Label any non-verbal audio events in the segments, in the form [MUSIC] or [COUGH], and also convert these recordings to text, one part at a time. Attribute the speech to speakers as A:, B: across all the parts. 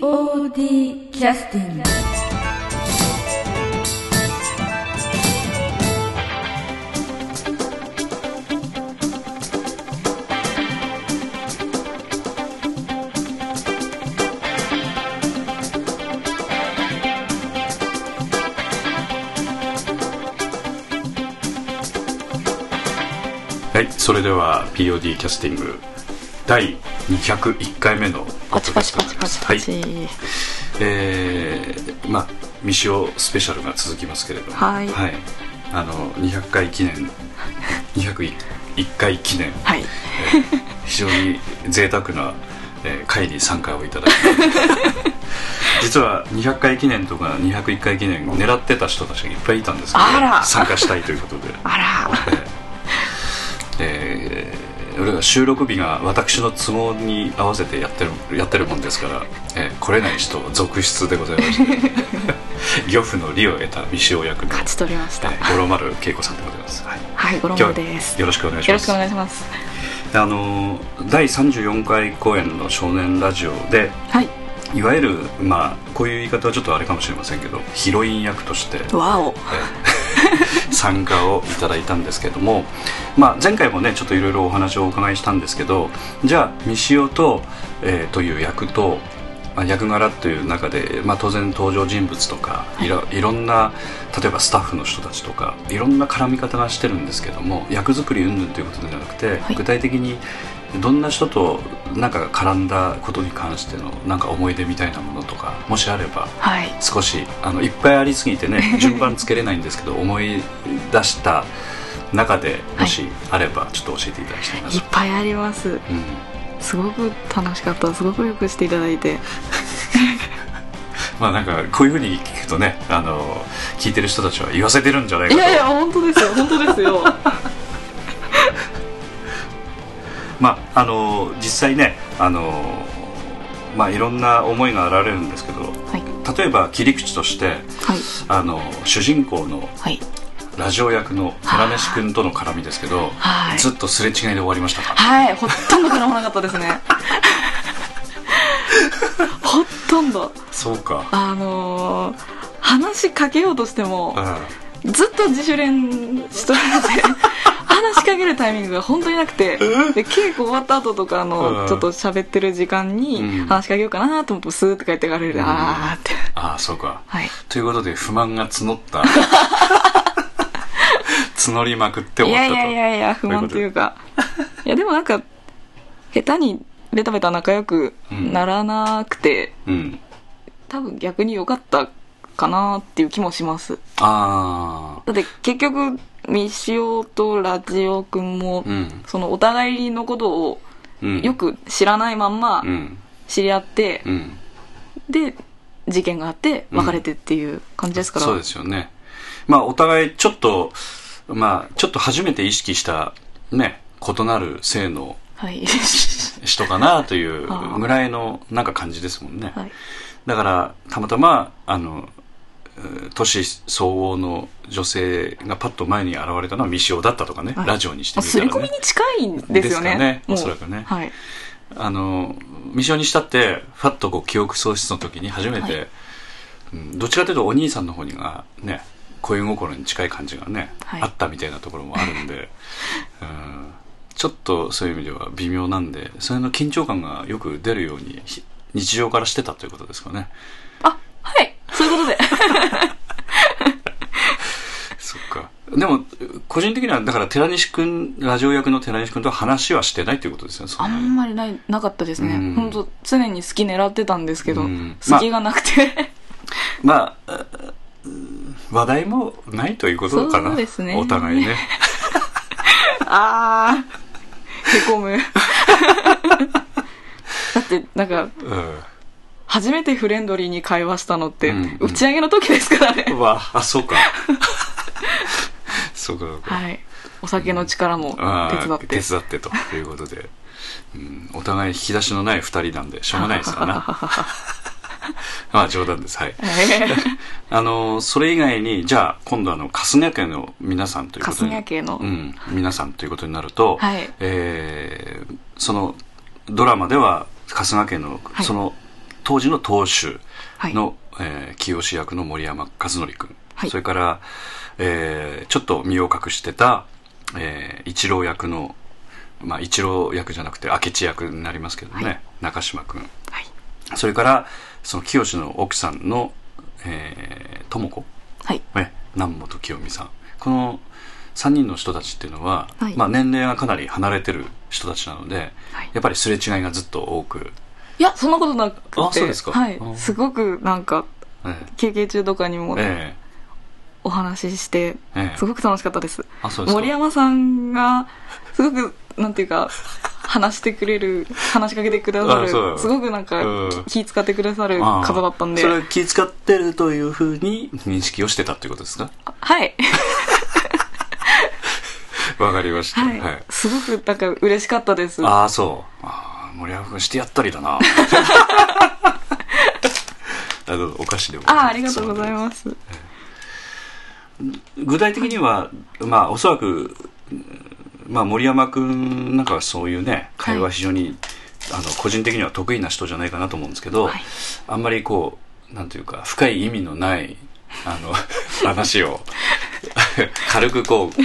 A: POD キャスティング
B: はい、それでは POD キャスティング第201回目の
C: パチパチパチパチパチ。
B: はいえー、まあ未使用スペシャルが続きますけれども
C: はい
B: あの200回記念201回記念
C: はい。
B: 非常に贅沢な、えー会に参加をい
C: [LAUGHS]
B: ただき実は200回記念とか201回記念を狙ってた人たちがいっぱいいたんですけ
C: あ
B: ど
C: ら
B: 参加したいということで
C: あら。
B: えー俺は収録日が私の都合に合わせてやってるやってるもんですから、えー来れない人続出でございまして [LAUGHS] 漁夫の利を得た未使用役の、
C: 勝ち取りまし
B: え
C: た。
B: ー、五郎丸恵子さんでございます、はい、
C: はい、ゴロ
B: 今
C: モ
B: 日は
C: です。よ
B: よろしくお願いし
C: ろ
B: ま
C: し
B: す
C: くお願いします。
B: あのー第34回公演の「少年ラジオで」
C: はい。
B: いわゆる、まあ、こういう言い方はちょっとあれかもしれませんけどヒロイン役として
C: わお。
B: 参加をいただいたんですけども、まあ、前回もねちょっといろいろお話をお伺いしたんですけどじゃあ西尾と,、えーという役とまあ役柄という中で、まあ、当然登場人物とかいろいろんな例えばスタッフの人たちとかいろんな絡み方がしてるんですけども役作り云々ということじゃなくて、
C: はい
B: 具体的にどんな人となんか絡んだことに関してのなんか思い出みたいなものとかもしあれば
C: はい。
B: 少しあのいっぱいありすぎて
C: [LAUGHS]
B: ね順番つけれないんですけど思い出した中でもしあればちょっと教えていただきたいなと、
C: いっぱいあります。
B: うん、
C: すごく楽しかった。すごくよくしていただいて。
B: まあなんかこういうふうに聞くとねあの聞いてる人たちは言わせてるんじゃない
C: い
B: かと
C: やいや、本当ですよ。本当です [LAUGHS] よ。
B: まああの実際ねあのまあいろんな思いがあられるんですけど
C: はい。
B: 例えば切り口として
C: はい。
B: あの主人公の
C: はい。
B: ラジオ役の寺西君との絡みですけど、
C: はい
B: ずっとすれ違いで終わりましたか
C: はい。ほとんど絡まなかったです [LAUGHS] ね。ほとんど。
B: そうか
C: あのー、話しかけようとしても、
B: うん
C: ずっと自主練
B: [LAUGHS]
C: しとられて話しかけるタイミングが本当になくてで稽古終わった後とか
B: うん
C: のちょっと喋ってる時間
B: うん
C: に話しかけようかなと思ってスーッて帰ってかれる
B: うん
C: あーって
B: ああそうか
C: はい
B: ということで不満が募った
C: [LAUGHS]
B: 募りまくって
C: い
B: 終わ
C: や
B: っ
C: い
B: たと
C: やいやいや不満というかいやでもなんか下手にベタベタ仲良くならなくて
B: うん
C: 多分逆に良かったかなっていう気もします
B: ああ
C: だって結局ミシオとラジオくんも
B: うん
C: そのお互いのことを
B: うん
C: よく知らないまんま
B: うん
C: 知り合って、
B: うん
C: で事件があって別れてっていう感じですから、
B: そうですよねまあお互いちょっとまあちょっと初めて意識したね異なる性の
C: はい [LAUGHS]
B: 人かなという
C: ああ
B: ぐらいのなんか感じですもんね、
C: はい
B: だからたまたまあのえー年相応の女性がパッと前に現れたのは未使用だったとかね、
C: はい
B: ラジオにして
C: あ
B: みた
C: 刷
B: ら、
C: り
B: ね、
C: 込みに近いんですよね
B: ですかねおそらくね
C: はい
B: あの未使用にしたってファッとこう記憶喪失の時に初めて、
C: は
B: うんどっちかというとお兄さんの方にがね恋心に近い感じがね、
C: はい
B: あったみたいなところもあるん
C: [LAUGHS]
B: でうんちょっとそういう意味では微妙なんでそれの緊張感がよく出るようにひ日常からしてたということですかね
C: あはいそういうことで [LAUGHS]
B: そっかでも個人的にはだから寺西君ラジオ役の寺西君とは話はしてないということですよねそ
C: あ
B: なに
C: んまりないなかったですね
B: うん
C: 本当常に好き狙ってたんですけど
B: うん
C: 隙がなくて、
B: まああうん話題もないということかな
C: そうですね
B: お互い
C: [LAUGHS]
B: ね
C: ああーへこむ [LAUGHS] だってなんか
B: う
C: 初めてフレンドリーに会話したのって、
B: うん
C: 打ち上げの時ですからね
B: んわあそうか [LAUGHS] そうかそうか、
C: はい。お酒の力も
B: ああ
C: 手伝って。
B: 手伝ってということで、うん、お互い引き出しのない二人なんでしょうがないですか
C: [LAUGHS]
B: なまあ冗談ですはいあのそれ以外にじゃあ今度あの春日家の皆さんということ
C: 霞
B: に
C: ヶ家の、
B: うん、皆さんということになると、
C: はい
B: えーそのドラマでは春日家の、
C: はい
B: その当時の当主
C: はい
B: の、えー清志役の森山和則君、
C: はい
B: それから、えーちょっと身を隠してた、えー一郎役の、まあ、一郎役じゃなくて明智役になりますけどね、
C: はい
B: 中島君
C: はい
B: それからその清志の奥さんの、えー、智子
C: はい
B: ね、南本清美さんこの3人の人たちっていうのは、
C: はい
B: まあ、年齢がかなり離れてる人たちなので
C: はい
B: やっぱりすれ違いがずっと多く、
C: いやそんなことなくて
B: あそうですか
C: はい
B: うん
C: すごくなんか
B: え
C: 休憩中とかにも
B: ええ
C: お話しして
B: えええ
C: すごく楽しかったです
B: あそうですか
C: 森山さんがすごくなんていうか話してくれる話しかけてくださ
B: あそう
C: るすごくなんか
B: うん
C: 気使ってくださる
B: ああ
C: 方だったんで
B: それは気遣ってるというふうに認識をしてたっていうことですか
C: [LAUGHS] はい
B: わかりました、
C: はい、すごくなんか嬉しかったです
B: ああそうああ森山君してやったりだ
C: [LAUGHS]
B: なあのお菓子でも
C: あありがとうございます。
B: 具体的には、まあ、おそらく、うんまあ、森山君なんかはそういうね会話非常に、あの個人的には得意な人じゃないかなと思うんですけど、
C: はい
B: あんまりこうなんていうか深い意味のないあ
C: [LAUGHS]
B: の話を軽くこう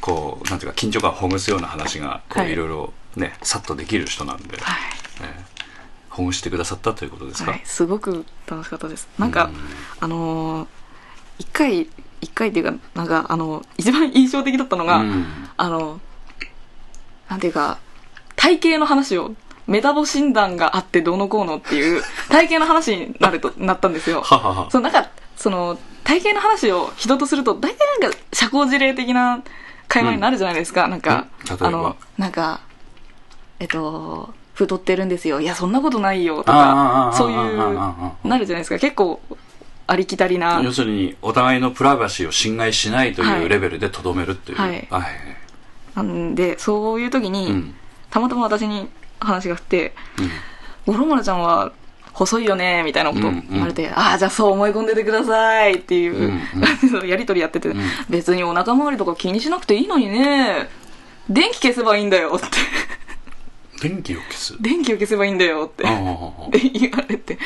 B: こうなんていうか緊張感をほぐすような話がこう、
C: はい
B: い、ろいろねさっとできる人なんで、
C: はい
B: えーほぐしてくださったということですか、
C: はい、すごく楽しかったです。なんか、
B: うん
C: あのー一回一回っていうかなんかあの一番印象的だったのが、
B: うん
C: あのなんていうか体型の話をメタボ診断があってどうのこうのっていう体型の話になるとなったんですよ。
B: ははは
C: そのなんかその体型の話を人とすると大体なんか社交辞令的な会話になるじゃないですか、なんか
B: うん例えば
C: あのなんかえっと太ってるんですよいやそんなことないよと
B: あーあーあ
C: か
B: ー
C: そうい
B: あーあーあ
C: うなるじゃないですか結構ありきたりな
B: 要するにお互いのプライバシーを侵害しないと
C: は
B: いう
C: い
B: レベルでとどめるっていう、
C: はい
B: あ
C: なんでそういう時に、
B: うん
C: たまたま私に話が振って
B: うん
C: 「五郎丸ちゃんは細いよね」みたいなこと
B: うんうん
C: 言われて「ああじゃあそう思い込んでてください」っていう
B: うん
C: 感 [LAUGHS] じのやり取りやってて、
B: ん
C: 別にお腹周りとか気にしなくていいのにね電気消せばいいんだよ」って [LAUGHS]
B: 電気を消す
C: 「電気を消せばいいんだよ」って
B: ああ
C: で言われて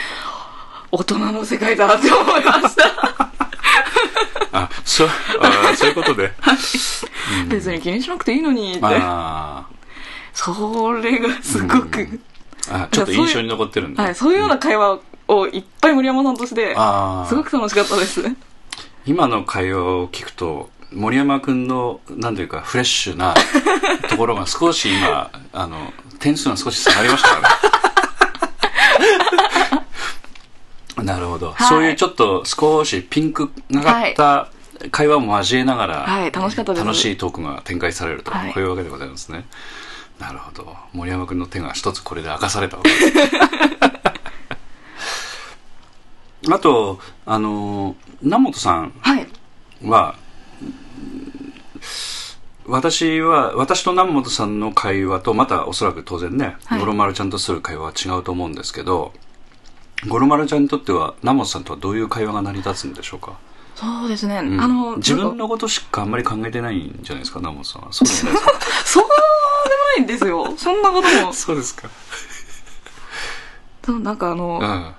C: 大人の世界だなって思いました
B: ああそうああそういうことで
C: 別に気にしなくていいのにって
B: あ
C: それがすごく、
B: うんああちょっと印象に残ってるんだ、
C: はい、そういうような会話をいっぱい森山さんとして
B: ああ
C: すごく楽しかったです
B: 今の会話を聞くと森山君のなんていうかフレッシュ
C: [LAUGHS]
B: なところが少し今あの点数が少し下がりましたからね
C: [LAUGHS]
B: なるほど、
C: はい
B: そういうちょっと少しピンクなかった会話も交えながら、
C: はい楽しかったです
B: 楽しいトークが展開されると、
C: はい
B: こういうわけでございますねなるほど森山君の手が一つこれで明かされた
C: [LAUGHS]
B: わけですあとあの南本さん
C: はい
B: はうん私は私と南本さんの会話とまたおそらく当然ね、
C: はい
B: 五郎丸ちゃんとする会話は違うと思うんですけど五郎丸ちゃんにとっては南本さんとはどういう会話が成り立つんでしょうか、
C: そうですね、
B: うん
C: あの
B: 自
C: なん
B: 分
C: か
B: のことしかあんまり考えてないんじゃないですか南本さんはそうじゃないですか
C: そうでもないんです [LAUGHS] よそんなことも
B: そうですか
C: そうなんかあの、
B: うんあ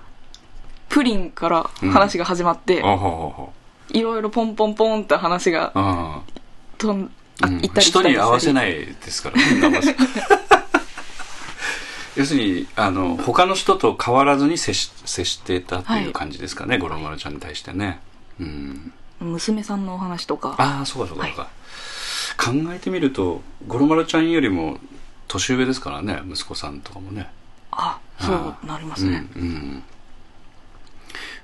C: プリンから話が始まって、
B: ほうほうほ
C: いろいろポンポンポンって話が
B: ううん
C: とんあ
B: うん
C: 行ったり来た
B: 人
C: り
B: に合わせ
C: い
B: ないですからね南本さん [LAUGHS] 要するにあの他の人と変わらずに接し接してたっていう感じですかね、五郎丸ちゃんに対してね、うん、
C: 娘さんのお話とか
B: ああそうかそうかそうか、考えてみると五郎丸ちゃんよりも年上ですからね息子さんとかもね
C: あそうなりますね、
B: うんうん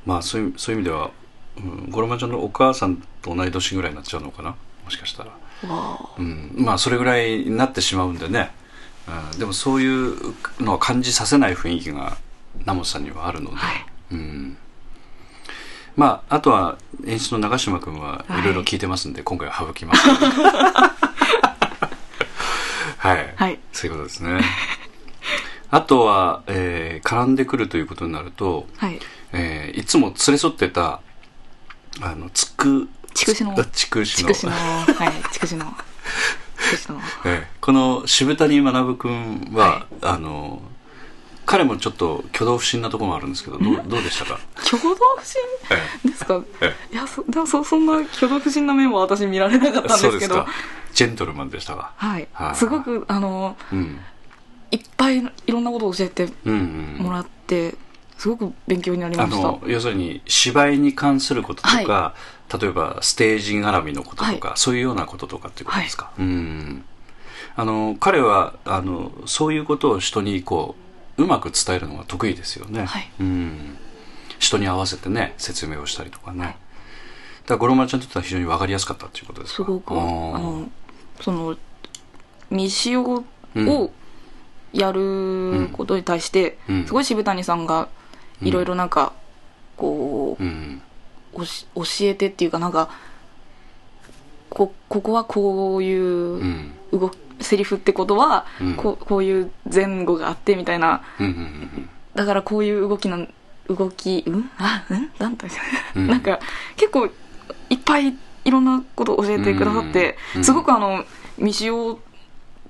B: まあそういうそういう意味では、うん、五郎丸ちゃんのお母さんと同い年ぐらいになっちゃうのかなもしかしたら
C: わあ
B: うん、まあそれぐらいになってしまうんでね、うん、でもそういうのは感じさせない雰囲気が南本さんにはあるので、
C: はい
B: うん、まああとは演出の長嶋君は
C: はい
B: いろいろ聞いてますんで、今回は省き
C: [LAUGHS]
B: ますはい、
C: はい
B: そういうことですねあとは、えー絡んでくるということになると、
C: はい
B: えーいつも連れ添ってたあのつく
C: 筑紫の
B: つくし
C: 筑
B: の
C: 紫のはい筑紫の筑紫の
B: [LAUGHS] ええこの渋谷学君は、あの彼もちょっと挙動不審なところもあるんですけどどうどうでしたか、
C: 挙動不審
B: え
C: ですか
B: ええ
C: いやそでもそそんな挙動不審な面は私見られなかっ
B: え
C: たん
B: そう
C: で
B: で
C: すけ
B: す
C: ど
B: かジェントルマンでしたか、
C: はい
B: はい
C: すごくあの
B: うん、
C: いっぱいいろんなことを教えて
B: うんうんうん
C: もらって、すごく勉強になり
B: あ
C: ました
B: の要するに芝居に関することとか、例えばステージ絡みのこととか、そういうようなこととかっていうことですか、うんあの彼はあのそういうことを人にこううまく伝えるのが得意ですよね、
C: はい
B: うん人に合わせてね説明をしたりとかね、だから五郎丸ちゃんにとっては非常に分かりやすかったっていうことですか
C: すごくあ
B: あー
C: のその未使用
B: うん
C: をやることに対して、
B: うん
C: すごい渋谷さんがいろいろなんか、こう
B: うん
C: おし教えてっていうかなんかこここはこう
B: う
C: いうん動き、セリフってことは、
B: うん
C: こうこういう前後があってみたいな
B: うんうん
C: だからこういう動きなん動きうんあうんなんだ、
B: うん
C: なんか結構いっぱいいろんなことを教えてくださって、
B: うん
C: すごくあの未使用っ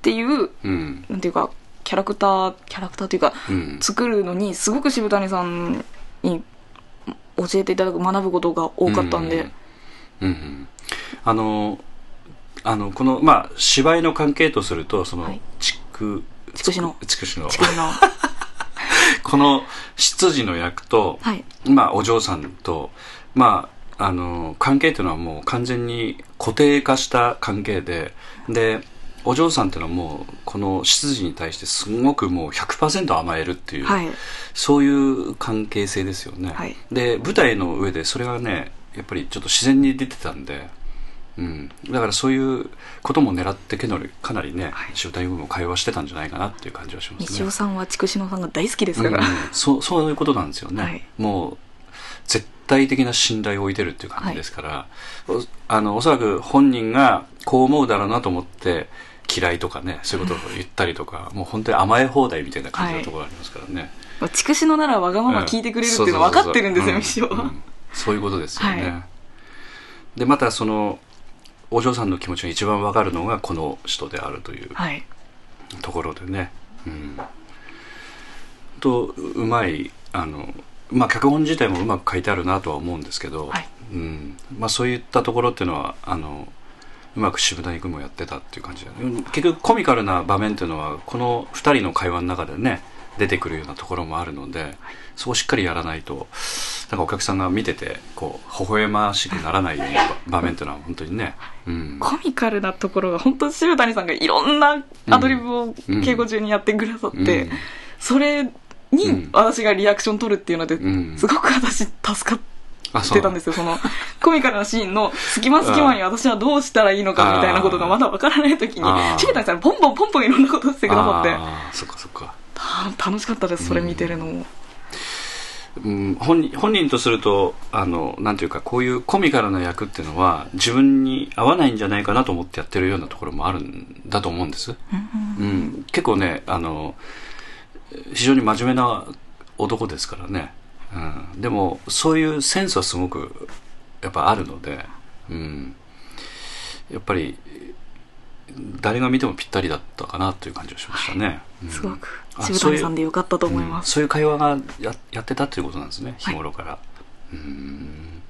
C: ていう
B: うんうん
C: なんていうかキャラクターキャラクターというか
B: うん
C: 作るのにすごく渋谷さんに教えていただく学ぶことが多かったんで、
B: うんうんあのあのこのまあ芝居の関係とするとそ
C: は
B: の
C: い
B: 筑
C: 筑紫野
B: 筑紫野 [LAUGHS]
C: 作るの
B: この執事の役と、
C: はい
B: まあお嬢さんとまああの関係というのはもう完全に固定化した関係ででお嬢さんっていうのはもうこの執事に対してすごくもう100%甘えるっていう、
C: はい
B: そういう関係性ですよね、
C: はい
B: で舞台の上でそれがねやっぱりちょっと自然に出てたんで、うん、だからそういうことも狙ってけのりかなりね集大軍も会話してたんじゃないかなっていう感じはしますね
C: 西尾さんは筑紫野さんが大好きですから、
B: うんうんそうそういうことなんですよね、
C: はい
B: もう絶対的な信頼を置いてるっていう感じですから、おあのおそらく本人がこう思うだろうなと思って嫌いとかねそういうことを言ったりとか、もう本当に甘え放題みたいな感じのところがありますからね、
C: まあ筑紫野ならわがまま聞いてくれるっていうのは分かってるんですよ西尾は、
B: うんうんそういうことですよね、
C: は
B: でまたそのお嬢さんの気持ちが一番わかるのがこの人であるという
C: はい
B: ところでね、うん、とうまいあのまあ脚本自体もうまく書いてあるなとは思うんですけど、
C: はい
B: うんまあ、そういったところっていうのはあのうまく渋谷君もやってたっていう感じだね結局コミカルな場面っていうのはこの2人の会話の中でね出てくるようなところもあるので、そこをしっかりやらないとなんかお客さんが見ててこう微笑ましくならないような場面っていうのは本当にね、うん、
C: コミカルなところが本当渋谷さんがいろんなアドリブを稽古中にやってくださって、
B: うん
C: それに
B: うん
C: 私がリアクション取るっていうので、
B: うん
C: すごく私助かっ
B: あそう
C: てたんですよそのコミカルなシーンの隙間隙間に私はどうしたらいいのかみたいなことがまだ分からない時に
B: あー
C: 渋谷さんポンポンポンポンいろんなことをしてくださって
B: あーそっかそっか
C: た楽しかったですそれ見てるのも、
B: うん、本人本人とするとあのなんていうかこういうコミカルな役っていうのは自分に合わないんじゃないかなと思ってやってるようなところもあるんだと思うんです、うん、結構ねあの非常に真面目な男ですからね、うん、でもそういうセンスはすごくやっぱあるので、うん、やっぱり誰が見てもぴったりだったかなという感じがしましたね、うん
C: すごく
B: あ
C: 渋
B: そうい
C: 谷
B: う
C: さんでよかったと思います、
B: そういう会話がややってたということなんですね日頃から、うん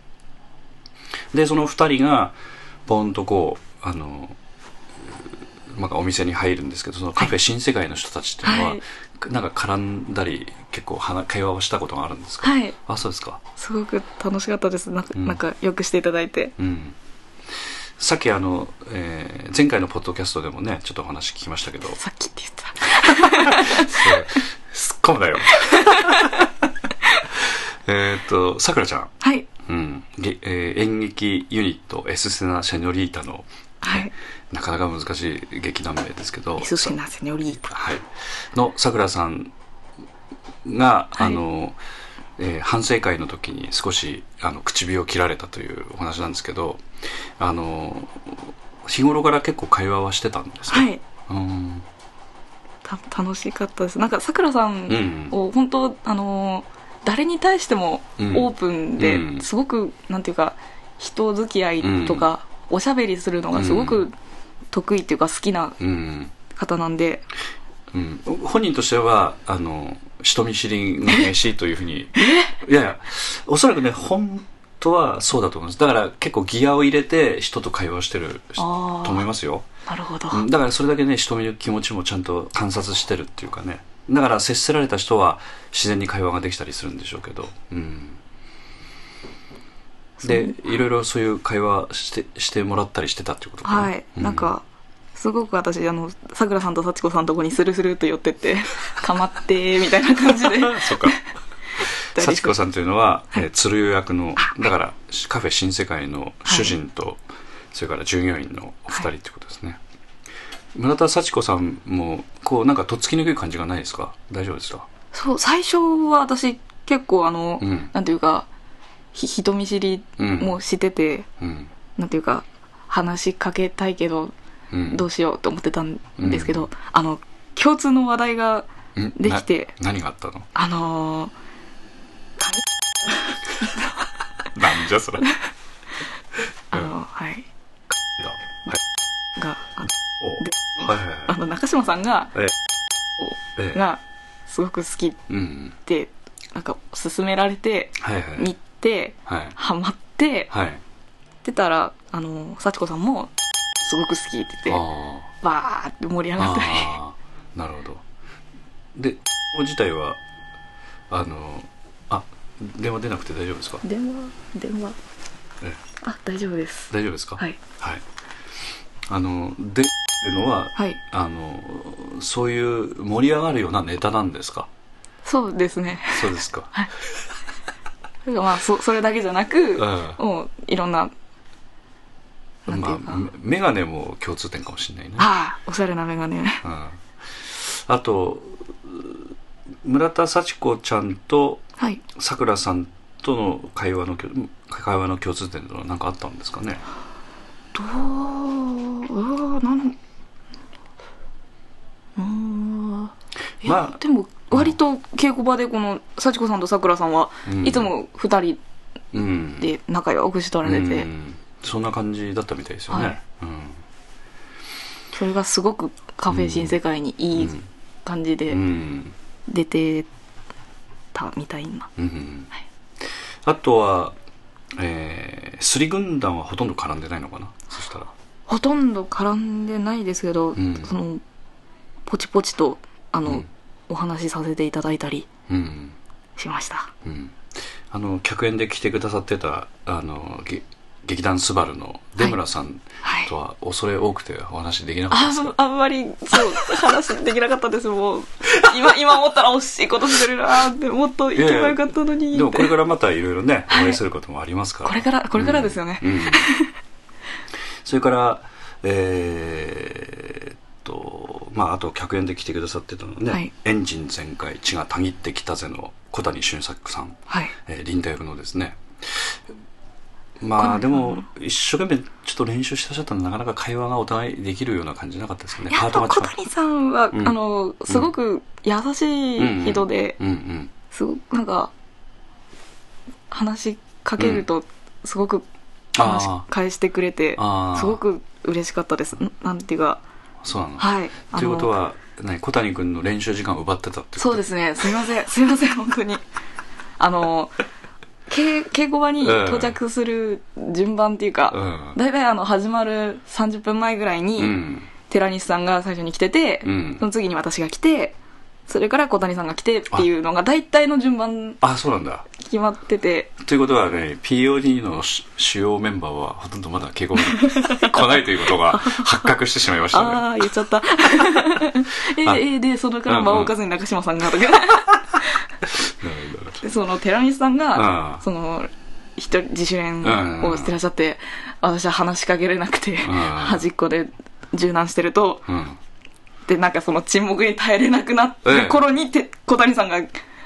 B: でその2人がポンとこうあのなんかお店に入るんですけどそのカフェ新世界の人たちっていうのは、
C: はい
B: なんか絡んだり結構話会話をしたことがあるんですか、
C: はい
B: あそうですか
C: すごく楽しかったですなんか,、
B: うん
C: なんかよくしていただいて
B: うんさっきあの、えー前回のポッドキャストでもねちょっとお話聞きましたけど
C: さっきって言ってた [LAUGHS]
B: すっこむなよ [LAUGHS] えっとさくらちゃん
C: はい
B: うん、げえー演劇ユニット「エスセナ・シェニョリータの」
C: はい
B: なかなか難しい劇団名ですけど
C: Eso es una señorita.
B: さはい、のさくらさんが、
C: はい
B: あのえー反省会の時に少しあの唇を切られたというお話なんですけどあの日頃から結構会話はしてたんですか、
C: はい
B: うん
C: た楽しかったですなんかさくらさ
B: うんん
C: を本当あのー誰に対しても
B: う
C: オ
B: ん
C: ープンで、
B: うん
C: すごくなんていうか人付き合いとか、おしゃべりするのがすご
B: う
C: く得意っていうか好きな
B: うん
C: 方なんで、
B: うん、本人としてはあの人見知りが激しいというふう
C: [LAUGHS]
B: にいやいやおそらくね本当はそうだと思いますだから結構ギアを入れて人と会話してるし
C: あー
B: と思いますよ
C: なるほど。
B: うんだからそれだけね人の気持ちもちゃんと観察してるっていうかねだから接せられた人は自然に会話ができたりするんでしょうけど、うん、でいろいろそういう会話してしてもらったりしてたっていうことかな
C: はい、
B: う
C: なんかすごく私あのさくらさんと幸子さんのとこにスルスルっと寄って [LAUGHS] って「かまって」みたいな感じで
B: そうか幸子さんというのは、えー鶴代役のだからカフェ新世界の主人と、それから従業員のお二人ってことですね、村田幸子さんもこうなんかとっつきにくい感じがないですか大丈夫ですか
C: そう最初は私結構あの、
B: うん
C: なんていうかひ人見知り
B: うん
C: もしてて、
B: うん
C: なんていうか話しかけたいけど
B: うん
C: どうしようと思ってたんですけど、あの共通の話題が
B: うん
C: できて
B: な何があったの
C: あのー
B: なんじゃそ
C: [LAUGHS]
B: れ
C: あの、はいがあ
B: おはいはい
C: あ
B: はい
C: の中島さんが
B: ええ
C: がすごく好きっ
B: うん
C: てなんか勧められて
B: はいはい
C: 見て
B: はい
C: ハマって
B: はい
C: ってたらあの幸子さんも「すごく好
B: あ
C: き」って言って
B: あ
C: バーって盛り上がったり
B: ああなるほどで自体はあのあ電話出なくて大丈夫ですか
C: 電話電話
B: ええ
C: あ大丈夫です
B: 大丈夫ですか
C: はい、
B: はいあのでっていうのは、
C: はい
B: あのそういう盛り上がるようなネタなんですか
C: そうですね
B: そうです
C: [LAUGHS]
B: か、
C: だからまあそそれだけじゃなく
B: う
C: もういろんななん
B: ん
C: ていうか、
B: まあめメガネも共通点かもしれないね
C: ああおしゃれな眼鏡
B: うんあと村田幸子ちゃんと
C: はい
B: さくらさんとの会話の共会話の共通点というのは何かあったんですかね
C: どううわなんうーんいや
B: まあ
C: でも割と稽古場でこの幸子さんとさくらさんは
B: うん
C: いつも2人
B: うん
C: で仲良くしとられて、
B: うんそんな感じだったみたいですよね、
C: はい
B: うん
C: それがすごくカフェ新世界にいい感じ
B: う
C: で
B: ん
C: 出てたみたいな、
B: うん
C: はい
B: あとはえー、スリ軍団はほとんど絡んでないのかなそしたら
C: ほとんど絡んでないですけど、
B: ん
C: そのポチポチとあの、
B: うん
C: お話しさせていただいたり
B: うん
C: しました
B: うんあの客演で来てくださってたあのげ劇団スバルの出村さん
C: はい
B: とは恐れ多くてお話できなかった
C: あ
B: ですか、
C: んあんまりそう話できなかったですもう今今思ったら惜しいことしてるなーってもっと行けばよかったのにって
B: でもこれからまたいろいろね、お会いすることもありますから。
C: これからこれからですよね
B: うんうんそれから、えーっと、まあ、あと客演で来てくださってたのね、
C: はい
B: エンジン全開、血がたぎってきたぜの小谷俊作さん、
C: はい
B: えー、リンダ役のですね。まあ、でも、一生懸命ちょっと練習してらっしゃったので、なかなか会話がお互いできるような感じじゃなかったですよね。
C: やっぱ
B: が
C: 小
B: 近い
C: 谷さんは、
B: うん
C: あのすごく優しい人で、
B: うんうん。
C: すごくなんか話しかけるとすごく話し
B: あー
C: 返してくれて
B: あー
C: すごく嬉しかったですんなんていうか
B: そうなの。
C: はいあの
B: ということは、ね、小谷君の練習時間を奪ってたってこと。
C: そうですすねすいませんす [LAUGHS] いません本当にあの稽稽古場に到着する順番っていう
B: う
C: か、
B: ん。
C: だいたいあの始まる30分前ぐらいに、
B: うん。
C: 寺西さんが最初に来てて、
B: うん
C: その次に私が来てそれから小谷さんが来てっていうのが大体の順番
B: あ、そうなんだ。
C: 決まってて
B: ということはね、POD のし主要メンバーはほとんどまだ稽古場に [LAUGHS] 来ないということが発覚してしまいましたね。
C: ああ、言っち
B: [LAUGHS]
C: ゃった。え
B: あ
C: えで、そのか
B: う
C: ら
B: んうん
C: 間を置かずに中島さんがとか、
B: なるほど
C: [LAUGHS] でその寺西さん
B: う
C: が
B: ん、
C: その、一人、自主練
B: うんうん
C: をしてらっしゃって、私は話しかけれなくて、
B: ん
C: 端っこで柔軟してると、
B: うん。
C: で、なんかその沈黙に耐えれなくなっ
B: ええ
C: た頃に、て小谷さんが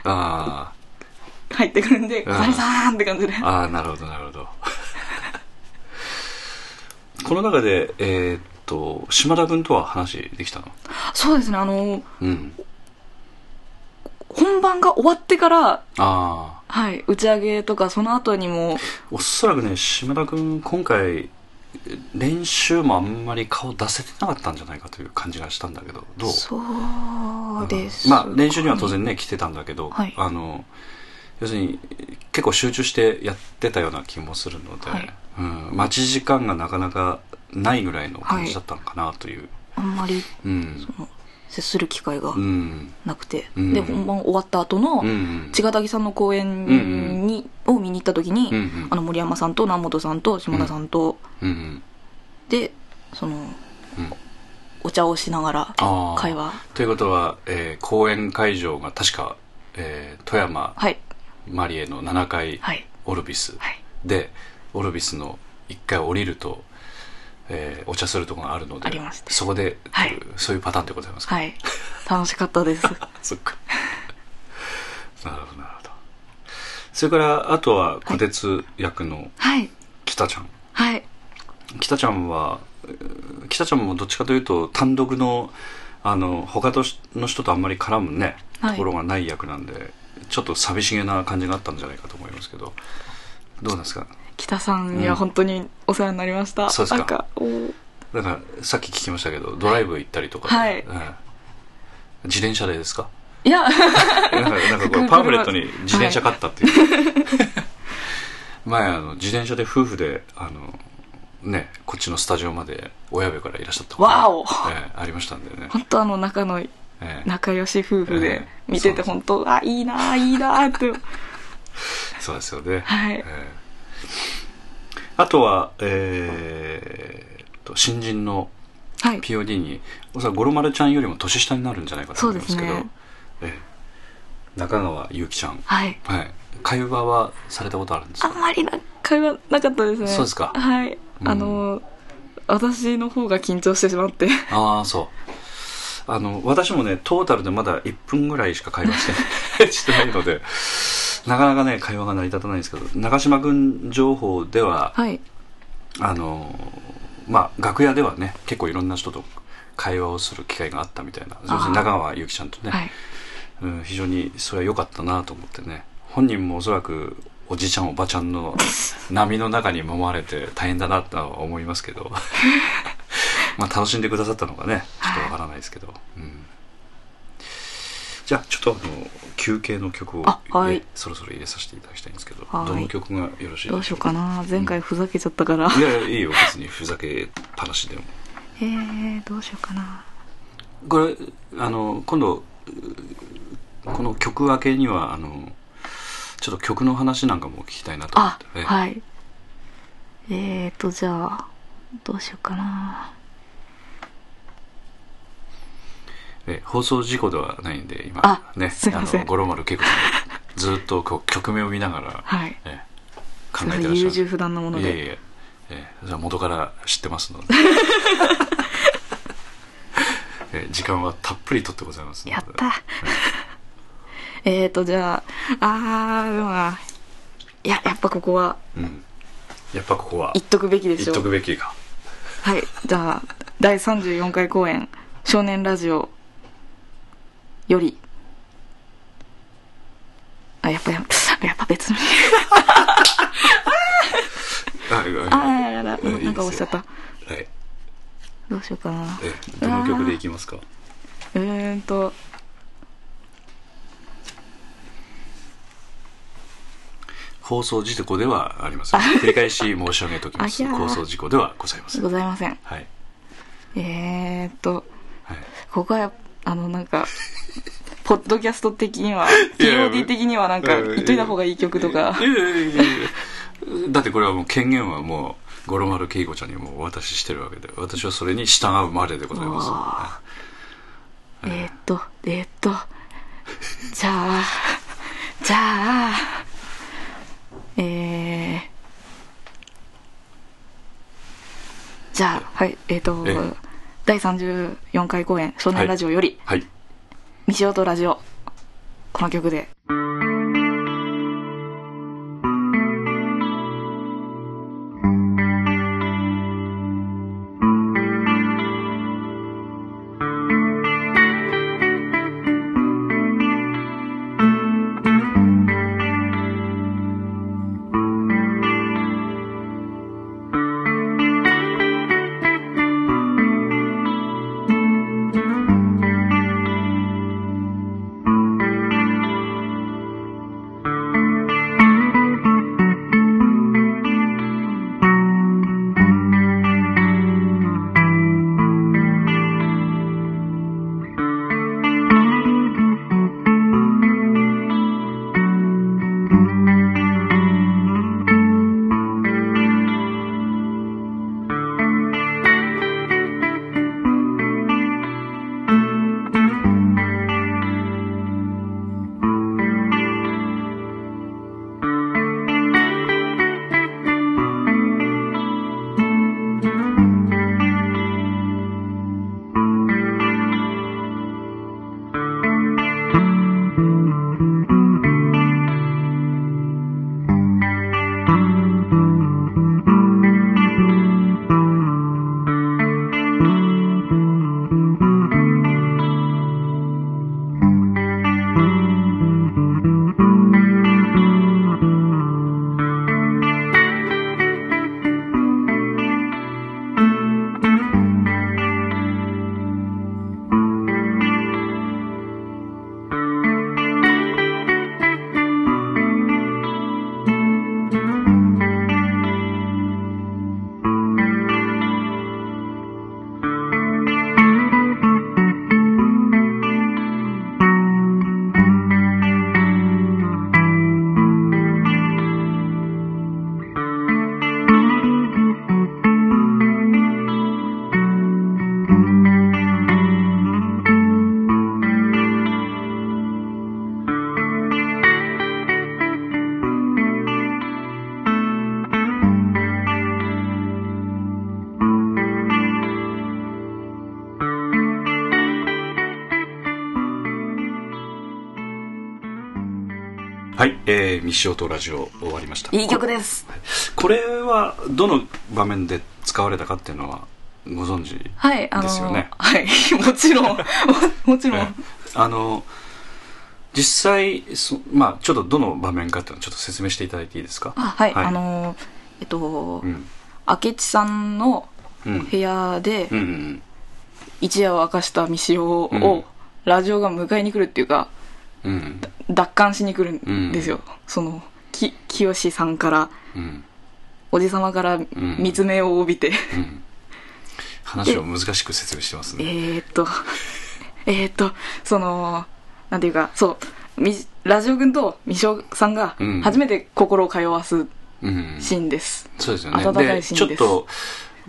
B: あ
C: 入ってくるんで、
B: うん
C: 小谷さんって感じで。
B: あ、ああ、なるほど、なるほど。 [LAUGHS] この中で、えーっと、島田君とは話できたの
C: そうですね、あの、
B: うん。
C: 本番が終わってから、
B: ああ。
C: はい、打ち上げとか、その後にも、
B: おそらくね、島田君、今回、練習もあんまり顔出せてなかったんじゃないかという感じがしたんだけどどう
C: そうです、
B: まあ練習には当然ね来てたんだけど、
C: はい
B: あの要するに結構集中してやってたような気もするので、
C: はい
B: うん、待ち時間がなかなかないぐらいの感じだったのかなという、
C: あんまり
B: うん
C: 接する機会が
B: うん
C: なくて、
B: うん
C: で本番終わった後の、
B: うん
C: 茅ヶ崎さんの公演に、を見に行った時に、
B: うんうん
C: あの森山さんと南本さんと島田さんと、
B: うんうん
C: でその、
B: うん
C: お茶をしながら
B: あー
C: 会話
B: ということは、えー公演会場が確か、えー富山
C: はい
B: マリエの7階
C: はい
B: オルビス、
C: はい
B: でオルビスの1階降りると、えーお茶するところがあるので
C: ありました
B: そこで、
C: はい
B: そういうパターンでございますか、
C: はい楽しかった
B: [LAUGHS]
C: です
B: そっかなるほどなるほどそれからあとは小鉄役の
C: はい
B: 北ちゃん、
C: はい
B: 北ちゃんはえー北ちゃんもどっちかというと単独のあの他としの人とあんまり絡むね、
C: はい
B: ところがない役なんでちょっと寂しげな感じがあったんじゃないかと思いますけどどうなんですか
C: 北さんには本当にお世話になりました、
B: そうですか
C: なんかおー
B: だからさっき聞きましたけどドライブ行ったりとか、
C: はい
B: うん自転車でです
C: [LAUGHS]
B: か
C: いや
B: なんかなんかこれパンフレットに自転車買ったっていう、 [LAUGHS] 前あの自転車で夫婦であのねこっちのスタジオまで親部からいらっしゃったことが
C: わお
B: ええありましたんでね、
C: 本当あの仲の
B: ええ
C: 仲良し夫婦
B: え
C: で
B: え
C: 見てて
B: そう
C: 本当あいいなあいいなあって
B: そうですよね、
C: はい
B: ええあとはえーっと新人の
C: はい
B: POD におそらく五郎丸ちゃんよりも年下になるんじゃないかと思いますけど
C: そうですね
B: ええ中川祐希ちゃん、
C: はい
B: はい、会話はされたことあるんです
C: あ
B: か
C: んまりな会話なかったですね
B: そうですか
C: はい
B: うん
C: あの、私の方が緊張してしまって
B: ああそうあの私もねトータルでまだ1分ぐらいしか会話してない [LAUGHS] してないのでなかなかね会話が成り立たないんですけど長島君情報では、
C: はい
B: あのまあ楽屋ではね結構いろんな人と会話をする機会があったみたいな要するに中川祐希ちゃんとね、
C: はい
B: うん、非常にそれは良かったなと思ってね本人もおそらくおじちゃんおばちゃん
C: [LAUGHS]
B: の波の中に揉まれて大変だなとは思いますけ
C: [LAUGHS]
B: どまあ楽しんでくださったのかねちょっとわからないですけど、うん、じゃあちょっとあの休憩の曲を、
C: あはい
B: えそろそろ入れさせていただきたいんですけど、
C: はい
B: どの曲がよろしい
C: どう
B: で
C: し
B: し
C: よ
B: ょ
C: うかな前回ふざけちゃったから、
B: ういやいやいいよ別にふざけっぱなしでも
C: えー、どうしようかな
B: これあの今度うこの曲明けにはあのちょっと曲の話なんかも聞きたいなと思っ
C: あ
B: て、ええ
C: はいえーとじゃあどうしようかな
B: ええ放送事故ではないんで今
C: あ
B: ね
C: すいません
B: あの五郎丸恵子さんずっとこう曲名を見ながら、
C: はい
B: ええ
C: す
B: 考
C: ご
B: えてらっ
C: い
B: し
C: 優
B: ゃ
C: 柔
B: る
C: 不断なもの
B: い
C: で
B: えいえええじゃあ元から知ってます
C: [LAUGHS]
B: のでええ時間はたっぷりとってございますので
C: やった [LAUGHS] えーとじゃああーでもないややっぱここは
B: うん、やっぱここは
C: 言っとくべきでし
B: 言
C: ょ
B: っと
C: う
B: くべきか
C: はい、じゃあ、第34回公演、少年ラジオより、あ、やっぱや、やっぱ別の日。
B: あ
C: [LAUGHS] あ、やだ、
B: うんいいですよ
C: なんかおっしゃった。
B: はい
C: どうしようかな。
B: えどの曲でいきますか
C: うーんと、
B: 放送事故ではありません繰り返し申し上げておきま
C: あ
B: す
C: いやー
B: 放送事故ではございません
C: ご
B: はい
C: ざいません。
B: はい
C: えーっと、ここはや、あの、なん [LAUGHS] か、ポッドキャスト的には、
B: いやいや
C: POD 的にはなんか、言っといた方がいい曲とか
B: い、やいやいやいやだってこれはもう権限はもう五郎丸恵子ちゃんにもうお渡ししてるわけで私はそれに従うまででございます
C: うわえーっと、えーっと、じゃあ、じゃあ、えー、じゃあ、はい、えーっと、
B: ええ
C: 第34回公演、少年ラジオより、
B: はい
C: ミシオとラジオ、この曲で。
D: 「
B: はい、えー、西尾とラジオ終わりました
C: いい曲です
B: これはどの場面で使われたかっていうのはご存知
C: はいあの
B: ですよね
C: はい [LAUGHS] もちろんもちろん
B: えあの実際そまあちょっとどの場面かっていうのをちょっと説明していただいていいですか
C: あはい、
B: はい
C: あのえっと、
B: うん
C: 明智さんの
B: うん
C: 部屋で
B: うんうん
C: 一夜を明かした三代を、
B: うん
C: ラジオが迎えに来るっていうか
B: うん
C: 奪還しに来るんですよ、そのき清さんから
B: うん
C: おじ様から見つめを帯びて、
B: うん話を難しく説明してますね
C: えーっとえーっとそのなんていうかそうみラジオ君と三代さんが
B: うん
C: 初めて心を通わす
B: うん
C: シーンです、
B: そうですよね
C: 温かいシ
B: ち
C: ー
B: ょ
C: ン
B: っ
C: です
B: と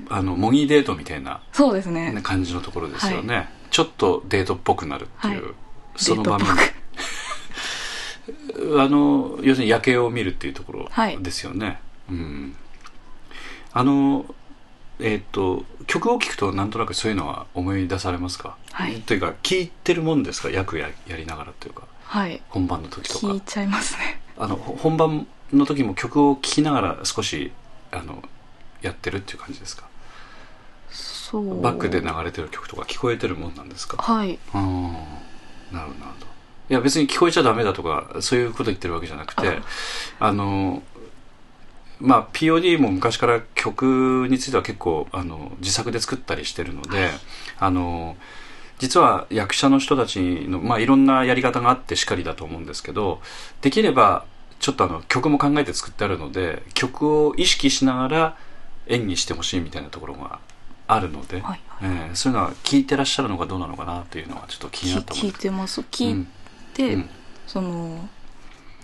B: あの模擬デートみたいな
C: そうですね
B: ね感じのところですよね、
C: は
B: ちょっとデートっぽくなるっていう、
C: はい
B: その場
C: デ
B: 面
C: ートっぽく
B: あの要するに夜景を見るっていうところ
C: はい
B: ですよね、うんあのえっ、と曲を聴くとなんとなくそういうのは思い出されますか、
C: はい
B: というか聴いてるもんですか役ややりながらというか
C: はい
B: 本番の時と
C: 聞い
B: か
C: ちゃいますね
B: あのほ本番の時も曲を聴きながら少しあのやってるっていう感じですか
C: そう
B: バックで流れてる曲とか聞こえてるもんなんですか
C: はい
B: うんなるほどなるほどいや別に聞こえちゃダメだとかそういうこと言ってるわけじゃなくてあのまあ POD も昔から曲については結構あの自作で作ったりしてるのであの実は役者の人たちの、まあ、いろんなやり方があってしかりだと思うんですけどできればちょっとあの曲も考えて作ってあるので曲を意識しながら演技してほしいみたいなところがあるので、
C: はい
B: えーそういうのは聞いてらっしゃるのかどうなのかなというのはちょっと気に
C: き
B: なったも
C: 聞
B: の
C: い
B: で
C: てます聞
B: う
C: い
B: ん
C: て、
B: うん
C: その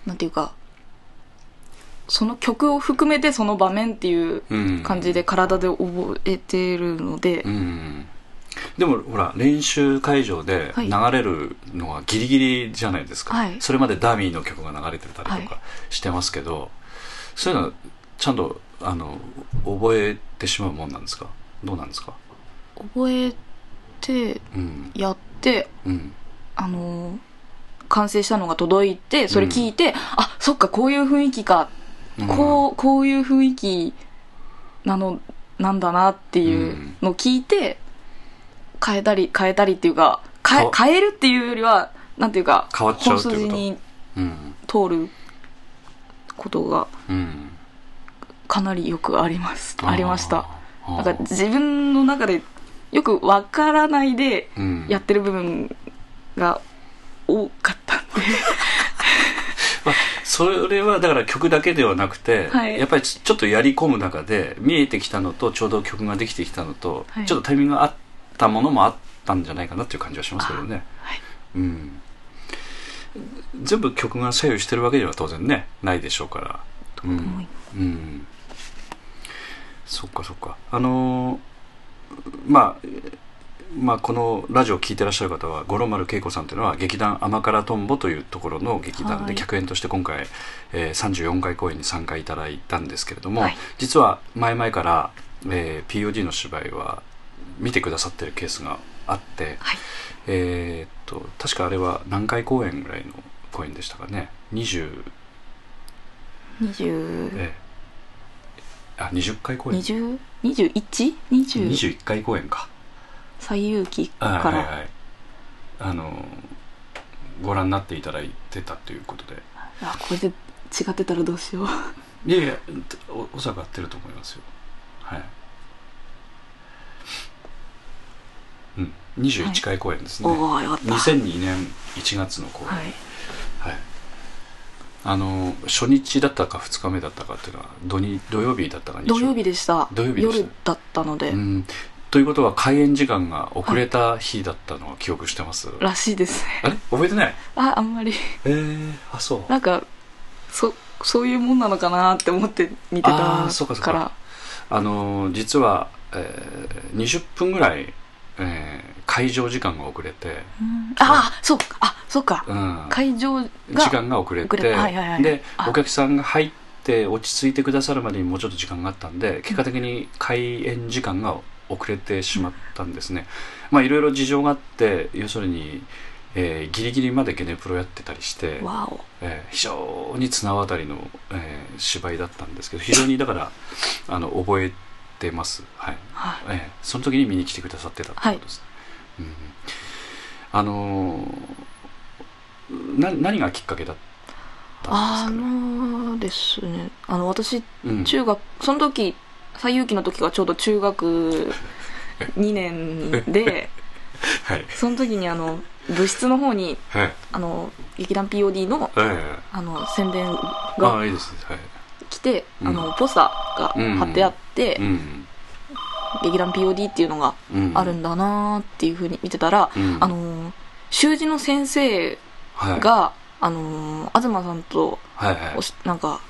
C: なんていうかその曲を含めてその場面っていう
B: うん
C: 感じで体で覚えてるので、
B: うんでもほら練習会場で
C: はい
B: 流れるのはギリギリじゃないですか、
C: はい
B: それまでダーミーの曲が流れてた
C: は
B: り
C: い
B: とかしてますけど、そういうのはちゃんとあの覚えてしまうもんなんですかどうなんですか
C: 覚えて
B: うん
C: やって
B: うん
C: あのー完成したのが届いてそれ聞いて、あそっかこういう雰囲気か、こうこういう雰囲気なのなんだなっていうのを聞いて変えたり変えたりっていうか変え
B: か
C: 変えるっていうよりはなんていうか
B: 変わっちゃう
C: 本
B: っていうこと
C: 筋に
B: うんうん
C: 通ることが
B: うん
C: かなりよくあります
B: ー
C: ありました
B: あ
C: な
B: ー
C: んか自分の中でよくわからないで
B: うん
C: やってる部分が多かったんで、
B: まあそれはだから曲だけではなくて、
C: はい
B: やっぱりちちょっとやり込む中で見えてきたのとちょうど曲ができてきたのと、
C: はい
B: ちょっとタイミングがあったものもあったんじゃないかなっていう感じはしますけどね。
C: はい
B: うん、全部曲が左右してるわけでは当然ねないでしょうからう
C: でも
B: ん
C: いい、
B: うん、そっかそっかあのーまあまあ、このラジオを聞いてらっしゃる方は五郎丸恵子さんというのは劇団「甘辛とんぼ」というところの劇団
C: は
B: で
C: い
B: 客演として今回、えー34回公演に参加いただいたんですけれども、
C: はい
B: 実は前々から、えー POD の芝居は見てくださってるケースがあって、
C: はい
B: えーっと確かあれは何回公演ぐらいの公演でしたかね20
C: 20
B: えーあ20回公演
C: 20 21?20
B: 21回公演か
C: 最有期か
B: はいはい
C: ら
B: はいあのご覧になっていただいてたということで
C: あこれで違ってたらどうしよう
B: いやいやおおそらく合ってると思いますよはいうん21回公演ですね、
C: おおよかったは
B: 2002年1月の公演、
C: い
B: はい、あの初日だったか2日目だったかっていうのは土に土曜日だったか日
C: 土曜日でした
B: 土曜日でした
C: 夜だったので、
B: うんということは開演時間が遅れた日だったのは記憶してます、
C: らしいですね
B: あれ覚えてない
C: ああんまり
B: えー、あそう
C: なんかそそういうもんなのかなって思って見てたから
B: あーそうかそうかあの実は、えー20分ぐらい、えー会場時間が遅れて、
C: うんあーそうかあそうか
B: うん、
C: 会場が
B: 時間が遅れて
C: 遅れたはいはいはい
B: で
C: あ
B: お客さんが入って落ち着いてくださるまでにもうちょっと時間があったんで結果的に開演時間が遅れてしまったんですね、まあいろいろ事情があって要するに、えーギリギリまでゲネプロやってたりして、
C: わお
B: えー非常に綱渡りの、えー芝居だったんですけど非常にだからあの覚えてますはい
C: はい
B: ええ、その時に見に来てくださってたってことです、うん、あのーな何がきっかけだった
C: あ
B: んですかね
C: のですねあの私
B: うん
C: 中学、その時西遊記の時がちょうど中学2年で
B: はい
C: その時にあの部室の方に
B: はい
C: あの劇団 POD の
B: え
C: あの宣伝
B: えあ
C: が
B: あいいですねはい
C: 来て
B: うん
C: あのポスターが貼ってあって、
B: うん
C: 劇団 POD っていうのが
B: うん
C: あるんだなーっていうふうに見てたら、
B: うん
C: あのー習字の先生
B: はい
C: が、あのー東さんと
B: はいはい
C: おしなんか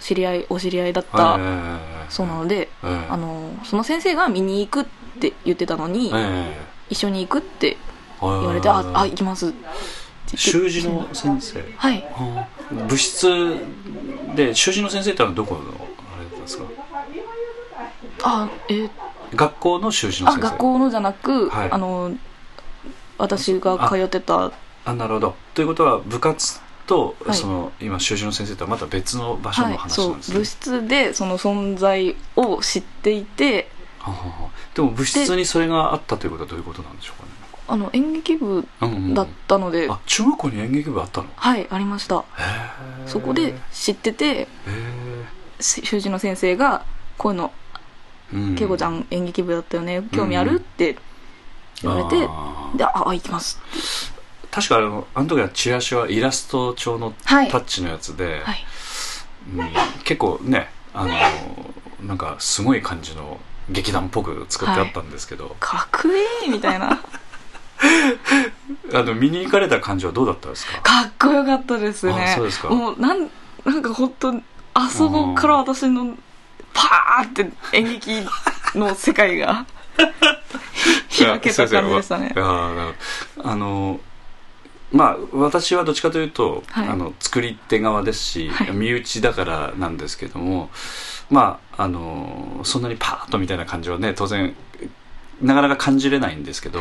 C: 知り合いお知り合いだっ
B: はいはい
C: た
B: はいはい
C: そうなので、
B: ええ
C: あのーその先生が見に行くって言ってたのに、
B: ええ
C: 一緒に行くって
B: 言
C: 言われて「ああ行きます」って言って
B: 習字の先生
C: はい
B: ああ部室で習字の先生ってのはどこのあれだったんですか
C: あえー
B: 学校の習字の
C: あ
B: 先生
C: 学校のじゃなく、
B: はい
C: あのー私が通ってた
B: あなるほどということは部活と、
C: はい
B: その今修士の先生とはまた別の場所
C: は
B: の
C: い、
B: 話
C: そ
B: な
C: うん
B: ですね、
C: 部室でその存在を知っていて
B: はははでも部室にそれがあったということはどういうことなんでしょう
C: あの演劇部
B: かね、うんうん
C: だったので、
B: あ中学校に演劇部あったのへ
C: はいありました
B: え
C: そこで知っててし習字の先生が「こういうの恵子ちゃ
B: ん
C: ん演劇部だったよね興味ある?」って言われて「でああ行きます
B: 確かあのあの時はチラシはイラスト調のタ
C: はい
B: ッチのやつで、」
C: はい
B: うん結構ねあのなんかすごい感じの劇団っぽく作ってあったんですけど、
C: かっこいいみた
B: [LAUGHS]
C: いな
B: あの見に行かれた感じはどうだったですか
C: かっこよかったですね
B: あそうですか
C: もうなんなんか本当あそこから私のパーって演劇の世
B: [LAUGHS]
C: 界が開けた感じでしたね
B: いやあのあのまあ私はどっちかというと、
C: はい
B: あの作り手側ですし、
C: はい
B: 身内だからなんですけどもまああのそんなにパーッとみたいな感じはね当然なかなか感じれないんですけど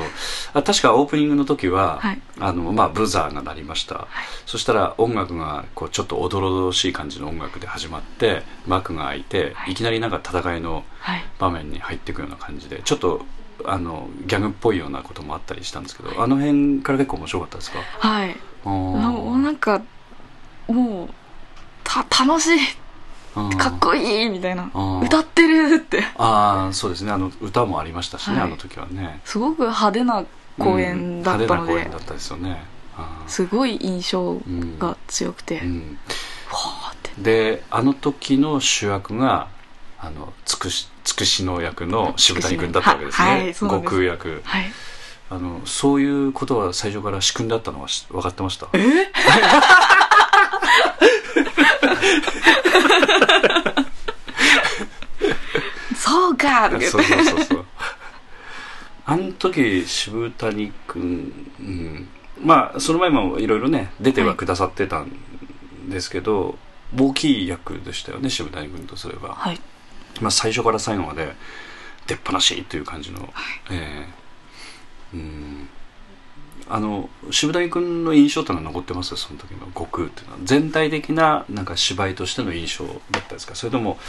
B: あ確かオープニングの時は、
C: はい
B: あのまあ、ブザーが鳴りました、そしたら音楽がこうちょっとおどろおどろしい感じの音楽で始まって幕が開いて、
C: はい
B: い、きなりなんか戦いの
C: はい
B: 場面に入っていくような感じでちょっとあのギャグっぽいようなこともあったりしたんですけどあの辺から結構面白かったですか
C: はい
B: あ
C: もう
B: ー
C: なんかもうた楽しい
B: あー
C: かっこいいみたいな
B: あー
C: 歌ってるって
B: あーそうですねあの歌もありましたしね、
C: はい
B: あの時はね
C: すごく派手な公演だった
B: うん
C: の
B: 派手な公
C: で
B: 演だったですよねあー
C: すごい印象
B: うん
C: が強くて
B: うん
C: わーって
B: であの時の主役があのつくしつくしの役の渋谷君だったわけですね、
C: はいはいそうなん
B: 悟
C: です
B: 空役
C: はい
B: あのそういうことは最初から仕組んだったのはし分かってました
C: そうかとか言って
B: そうそうそうそう [LAUGHS] あの時渋谷君、うん、まあその前もいろいろね出てはくださってたんですけど、大きい役でしたよね渋谷君とすれば、
C: はい
B: まあ、最初から最後まで出っ放しという感じの、ええうんあの渋谷君の印象ってのは残ってますその時の悟空っていうのは全体的ななんか芝居としての印象だったですかそれとも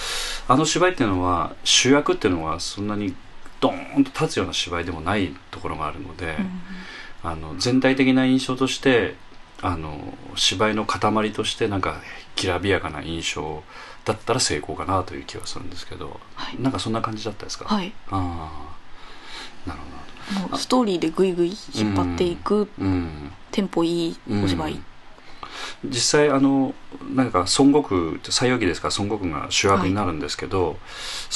B: あの芝居っていうのは主役っていうのはそんなにドーンと立つような芝居でもないところがあるので、
C: うん
B: あの全体的な印象としてあの芝居の塊としてなんかきらびやかな印象だったら成功かなという気はするんですけど、
C: はい
B: なんかそんな感じだったですか、
C: はい
B: ああなるほ
C: もうストーリーでぐいぐい引っ張っていく、
B: どうん
C: テンポいいお芝居、
B: うん実際あのなんか孫悟空って西遊記ですから孫悟空が主役になるんですけど、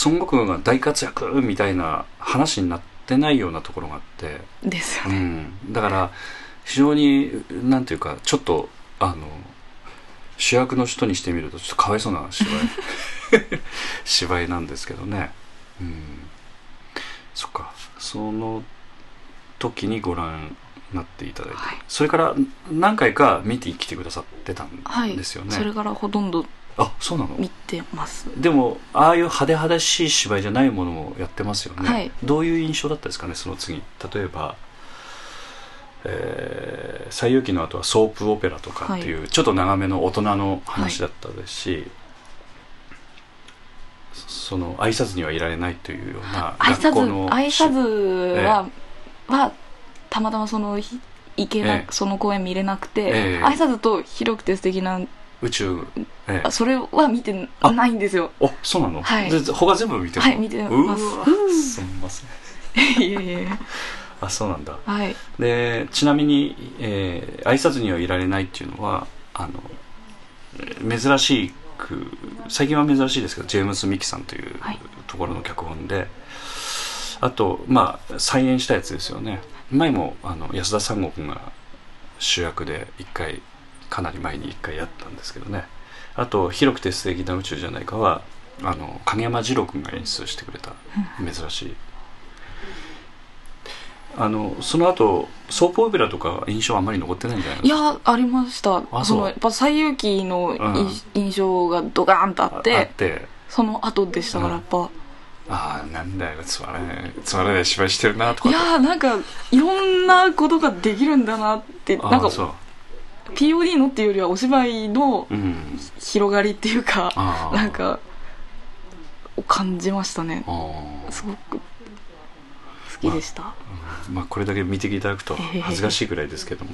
B: 孫悟空が大活躍みたいな話になってないようなところがあって、
C: ですよ
B: う
C: ね、
B: ん、だから非常になんていうかちょっとあの主役の人にしてみるとちょっとかわいそうな芝居芝居なんですけどね、うん、そっかその時にご覧になっていただいて、
C: はい
B: それから何回か見てきてくださってた
C: は
B: ん
C: い
B: ですよね、
C: それからほとんど
B: あそうなの
C: 見てます
B: でもああいう派手派手しい芝居じゃないものもやってますよね、
C: はい
B: どういう印象だったですかねその次例えば「えー西遊記」の後はソープオペラとかっていう、ちょっと長めの大人の話だったですし、そその挨拶にはいられないというような
C: 挨
B: 学校
C: 拶
B: の
C: 挨拶は、
B: え
C: はたまたまそのひ行けな、
B: ええ
C: その公演見れなくて、
B: ええ
C: 挨拶と広くて素敵な
B: 宇宙、ええ
C: あそれは見て
B: あ
C: ないんですよ
B: あそうなの、
C: はい
B: で他全部見てるの
C: はい見てます
B: うーわすみません
C: [LAUGHS] いやいやいや
B: あそうなんだ
C: はい
B: でちなみに、えー挨拶にはいられないっていうのはあのえー珍しく最近は珍しいですけどジェームス・ミキさんという
C: はい
B: ところの脚本で、あとまあ再演したやつですよね前もあの安田三くんが主役で一回かなり前に一回やったんですけどねあと「広くて素敵な宇宙じゃないかは」あの影山二郎君が演出してくれた珍しいあのその後ソープオペラとか印象あんまり残ってないんじゃない
C: い
B: ですか
C: やありました
B: あ
C: そ
B: そう
C: のやっぱ西遊記のい、
B: うん
C: 印象がドカーンとあっ
B: ああってて
C: その後でしたから
B: うん
C: やっぱ、
B: ああなんだよつまらないつまらない芝居してるなとか
C: いやーなんかいろんなことができるんだなって
B: ああ
C: なんか
B: そ
C: POD のっていうよりはお芝居の
B: ううん
C: 広がりっていうか
B: ああ
C: なんかを感じましたね
B: ああ
C: すごく好きでした、
B: まあ、これだけ見ていただくと
C: ええ
B: 恥ずかしいぐらいですけど
C: [LAUGHS]
B: も、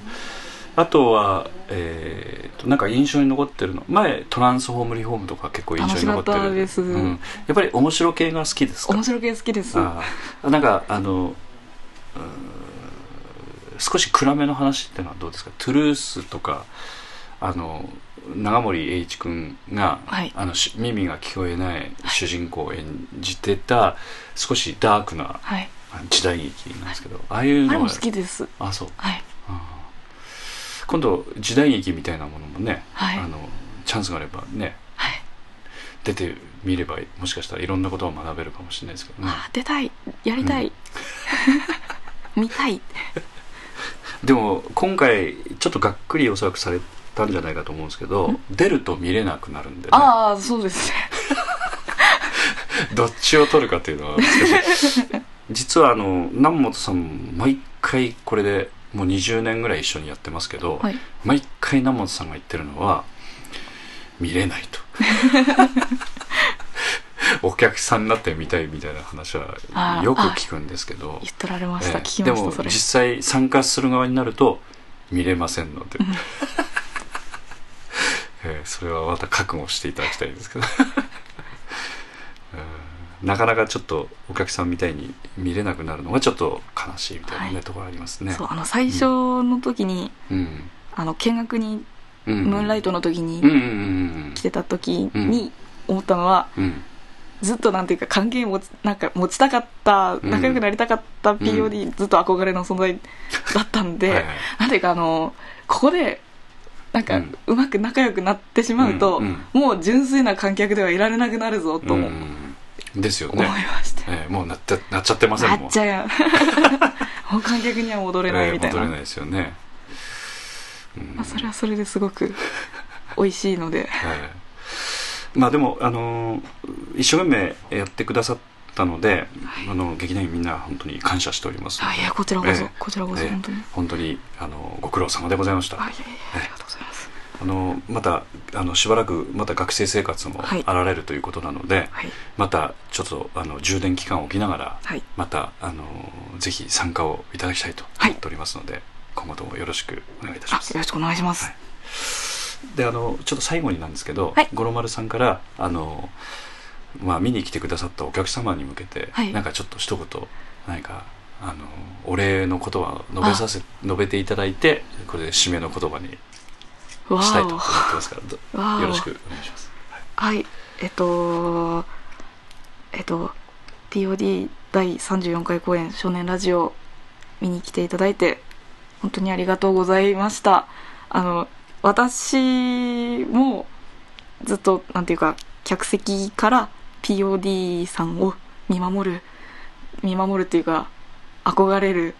B: あとは、えーとなんか印象に残ってるの前トランスフォームリフォームとか結構印象に残ってる
C: 楽しかったです
B: うん、やっぱり面白系が好きですか
C: 面白系好きですは
B: あーなんかあのうーん少し暗めの話ってのはどうですかトゥルースとかあの長森栄一君が、
C: はい
B: あのし耳が聞こえない主人公を演じてた少しダークない時代劇なんですけど、ああいう
C: あれ
B: の
C: も
B: が
C: 好きです
B: あそう
C: はい
B: あー今度時代劇みたいなものもね、
C: はい
B: あのチャンスがあればね
C: はい
B: 出てみればもしかしたらいろんなことを学べるかもしれないですけどね
C: あー出たいやりたい、見たい
B: でも今回ちょっとがっくりおそらくされたんじゃないかと思うんですけど出ると見れなくなるんで、ね、
C: [LAUGHS] ああそうですね
B: どっちを取るかというのは難しい実はあの南本さん毎回これでもう20年ぐらい一緒にやってますけど、
C: はい
B: 毎回南本さんが言ってるのは見れない
C: [LAUGHS]
B: とお客さんになって見たいみたいな話は
C: あー
B: よく聞くんですけど
C: 言っとられました、
B: ええ
C: 聞き
B: で
C: ました
B: も
C: それ
B: 実際参加する側になると見れませんので、 [LAUGHS] ええそれはまた覚悟していただきたいん
C: [LAUGHS]
B: ですけど、うんなかなかちょっとお客さんみたいに見れなくなるのがちょっと悲しいみたいな、ね
C: はい
B: ところありますね
C: そうあの最初の時に、
B: うん
C: あの見学に、
B: うん
C: ムーンライトの時
B: うん
C: に
B: うん
C: 来てた時
B: うん
C: に思ったのは、
B: うんうん
C: ずっとなんていうか関係持つなんか持ちたかった
B: ん
C: 仲良くなりたかった POD、ずっと憧れの存在だったんで
B: はいはい
C: なんていうかあのここでなんか、
B: う
C: うんまく仲良くなってしまうと、
B: うん
C: もう純粋な観客ではいられなくなるぞと
B: う
C: 思
B: んですよ
C: い
B: ね、
C: ました、
B: えーもうなってなっちゃってません
C: な
B: もん
C: っちゃう [LAUGHS] もう観客には戻れないみたい
B: えー
C: な、
B: 戻れないですよね、うん
C: まあ、それはそれですごく美味しいので
B: ええまあでも、あのー一生懸命やってくださったので、あの劇団員みんな本当に感謝しております
C: あいやこちらこそ、
B: ええ
C: こちらこそ、
B: ええ
C: 本当に
B: 本当にあのご苦労様でございました
C: あいやいやありがとうございます
B: あのまたあのしばらくまた学生生活も
C: はい
B: あられるということなので、
C: はい
B: またちょっとあの充電期間を置きながら、
C: はい
B: またあのぜひ参加をいただきたいと
C: はい
B: 思っておりますので、今後ともよろしくお願いいたし
C: あ
B: ま
C: よ
B: す。
C: ろしくお願いします、
B: はいであのちょっと最後になんですけど、
C: はい
B: 五郎丸さんからあの、まあ、見に来てくださったお客様に向けて、
C: はい
B: なんかちょっと一言何かあのお礼の言葉を述べさせ述べていただいてこれで締めの言葉に
C: わ
B: したいと
C: ー
B: 思
C: お
B: ってますからど
C: わーお
B: よろしくお願いします。
C: はい、えっと、えっと、POD 第34回公演少年ラジオ見に来ていただいて、本当にありがとうございました。あの、私もずっと、なんていうか、客席から POD さんを見守る、見守るっていうか、憧れる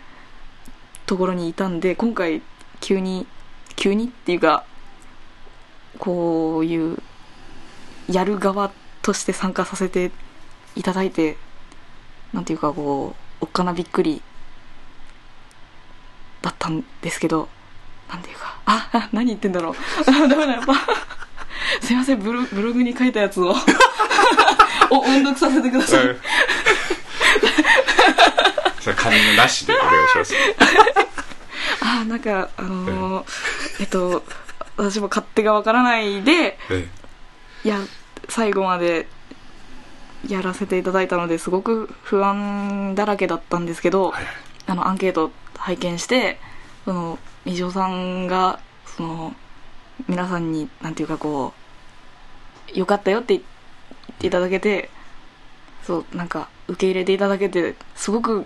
C: ところにいたんで、今回急に、急にっていうか、こういうやる側として参加させていただいてなんていうかこうおっかなびっくりだったんですけどなんていうかああ何言ってんだろうあダメだやっぱすいませんブロブログに書いたやつをお音読させてくださ [LAUGHS] い
B: それカンニングなしでお願い
C: [LAUGHS]
B: します。
C: あなんかあのーえっと私も勝手がわからないで
B: え
C: いや最後までやらせていただいたのですごく不安だらけだったんですけど、
B: はい
C: あのアンケート拝見してそのみじおさんがその皆さんになんていうかこう「よかったよ」って言っていただけてそうなんか受け入れていただけてすごく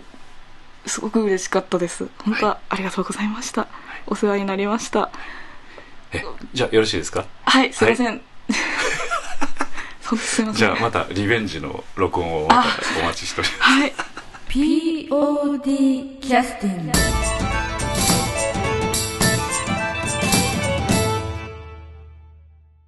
C: すごく嬉しかったです本当はありがとうございました、お世話になりました
B: えじゃあよろしいですか
C: はいすいません、 [LAUGHS] そすいません
B: じゃあまたリベンジの録音をまたお待ちしております。
C: はい
A: POD キャスティング